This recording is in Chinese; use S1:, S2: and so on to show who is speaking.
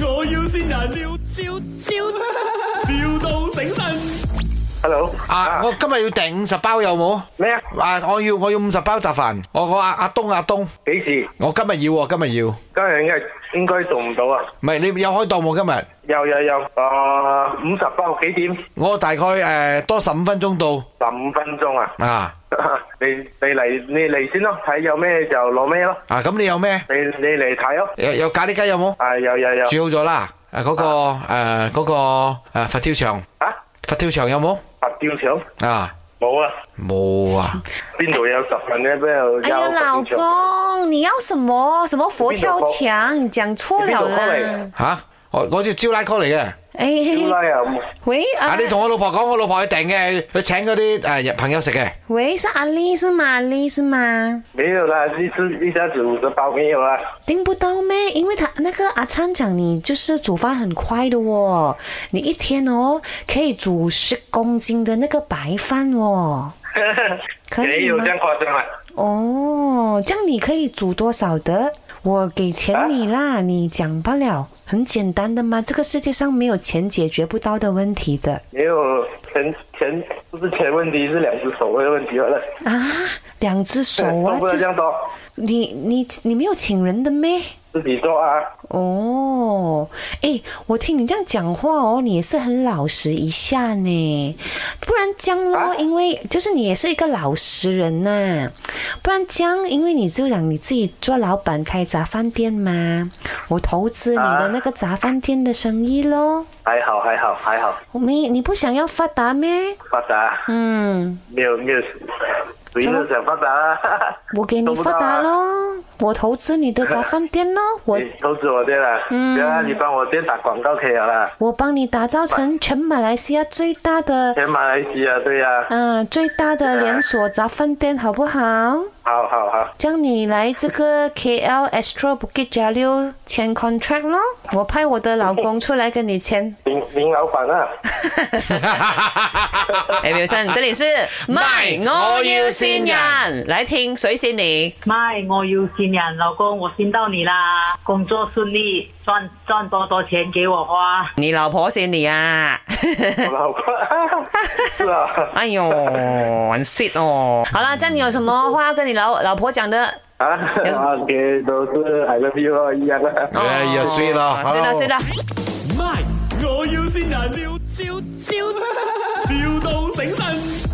S1: 要先人，笑笑笑，,笑到醒神。
S2: Hello，
S3: 啊！我今日要訂五十包有冇？
S2: 咩啊？
S3: 啊！我要我要五十包雜飯。我哦我阿阿東阿東，
S2: 幾時？
S3: 我今日要喎，今日要。唔
S2: 今日應該應該做唔到啊！
S3: 係你有開檔冇今日？
S2: 有有有，啊五十包幾點？
S3: 我大概誒、呃多十五分鐘到
S2: 十五分鐘啊！
S3: 啊
S2: 你你嚟你嚟先咯，睇有咩就攞咩咯。
S3: 啊！咁你有咩？
S2: 你你嚟睇咯。
S3: 有有咖喱雞有冇？
S2: 啊有有有
S3: 煮好咗啦。啊誒、嗰、個誒嗰、個、呃、佛跳牆，
S2: 啊！
S3: 佛跳牆有冇？
S2: 白吊牆
S3: 啊！
S2: 冇啊，
S3: 冇啊！
S2: 邊度有十份咧？邊度有
S4: 哎呀，老
S2: 白吊牆？
S4: 公，你要什么？什么佛跳墙？你讲错了
S2: 你边
S4: 啦！
S3: 嚇、我我叫招拉 call 嚟嘅。
S4: 哎，
S2: 招拉啊！冇
S4: 喂，
S3: 啊！
S4: 啊
S3: 你同我老婆講，我老婆去訂嘅，佢請嗰啲誒朋友食 嘅。
S4: 喂，是阿丽是吗？阿丽是吗？
S2: 没有啦，一次一下子五十包没有啦。
S4: 订不到咩？因为他那个阿灿讲你就是煮饭很快的哦，你一天哦可以煮十公斤的那个白饭哦。可以吗
S2: 没有这样夸张啊！
S4: 哦，这样你可以煮多少的？我给钱你啦，你讲不了，很简单的嘛。这个世界上没有钱解决不到的问题的
S2: 没有钱钱不是钱问题，是两只手的问题了。
S4: 啊！两只手
S2: 都
S4: 啊，
S2: 不能这
S4: 这
S2: 样多，
S4: 你你你没有请人的咩？
S2: 自己做啊。
S4: 哦，哎，我听你这样讲话哦，你也是很老实一下呢，不然这样咯，
S2: 啊
S4: 因为就是你也是一个老实人呐、不然这样，因为你就讲你自己做老板开杂饭店嘛，我投资你的
S2: 啊
S4: 那个杂饭店的生意咯，
S2: 还好，还好，还好，
S4: 我没你不想要发达咩？
S2: 发达，
S4: 嗯，
S2: 没有没有，谁是想发达啊？
S4: 我给你
S2: 做不到
S4: 发达
S2: 啊
S4: 咯，我投资你的杂饭店咯，我
S2: 你投资我店了，不要啊你帮我店打广告可以了啦。
S4: 我帮你打造成全马来西亚最大的。
S2: 全马来西亚，对啊呀、
S4: 嗯，最大的连锁杂饭店好不好？
S2: 好好好，
S4: 这样你来这个 KL Astro Bukit Jalil 签 contract 咯，我派我的老公出来跟你签。
S2: 林林老板啊，
S4: 哎，表生，这里是
S3: My，我要先人，
S4: 来听谁先你？
S5: 咪，我要见人，老公，我见到你啦，工作顺利，赚赚多多钱给我花。
S4: 你老婆先你啊！
S2: 我老婆，是啊，
S4: 哎呦，很 sweet 哦。好啦，这样你有什么话要跟你老老婆讲的？
S2: 啊
S4: 有什么
S2: 啊，给都是 I love you 哦一样啊。
S3: 哎呀，sweet 啦
S4: 睡啦
S3: ，hello
S4: 睡啦。
S1: My，我要先人，笑笑笑，,笑到醒神。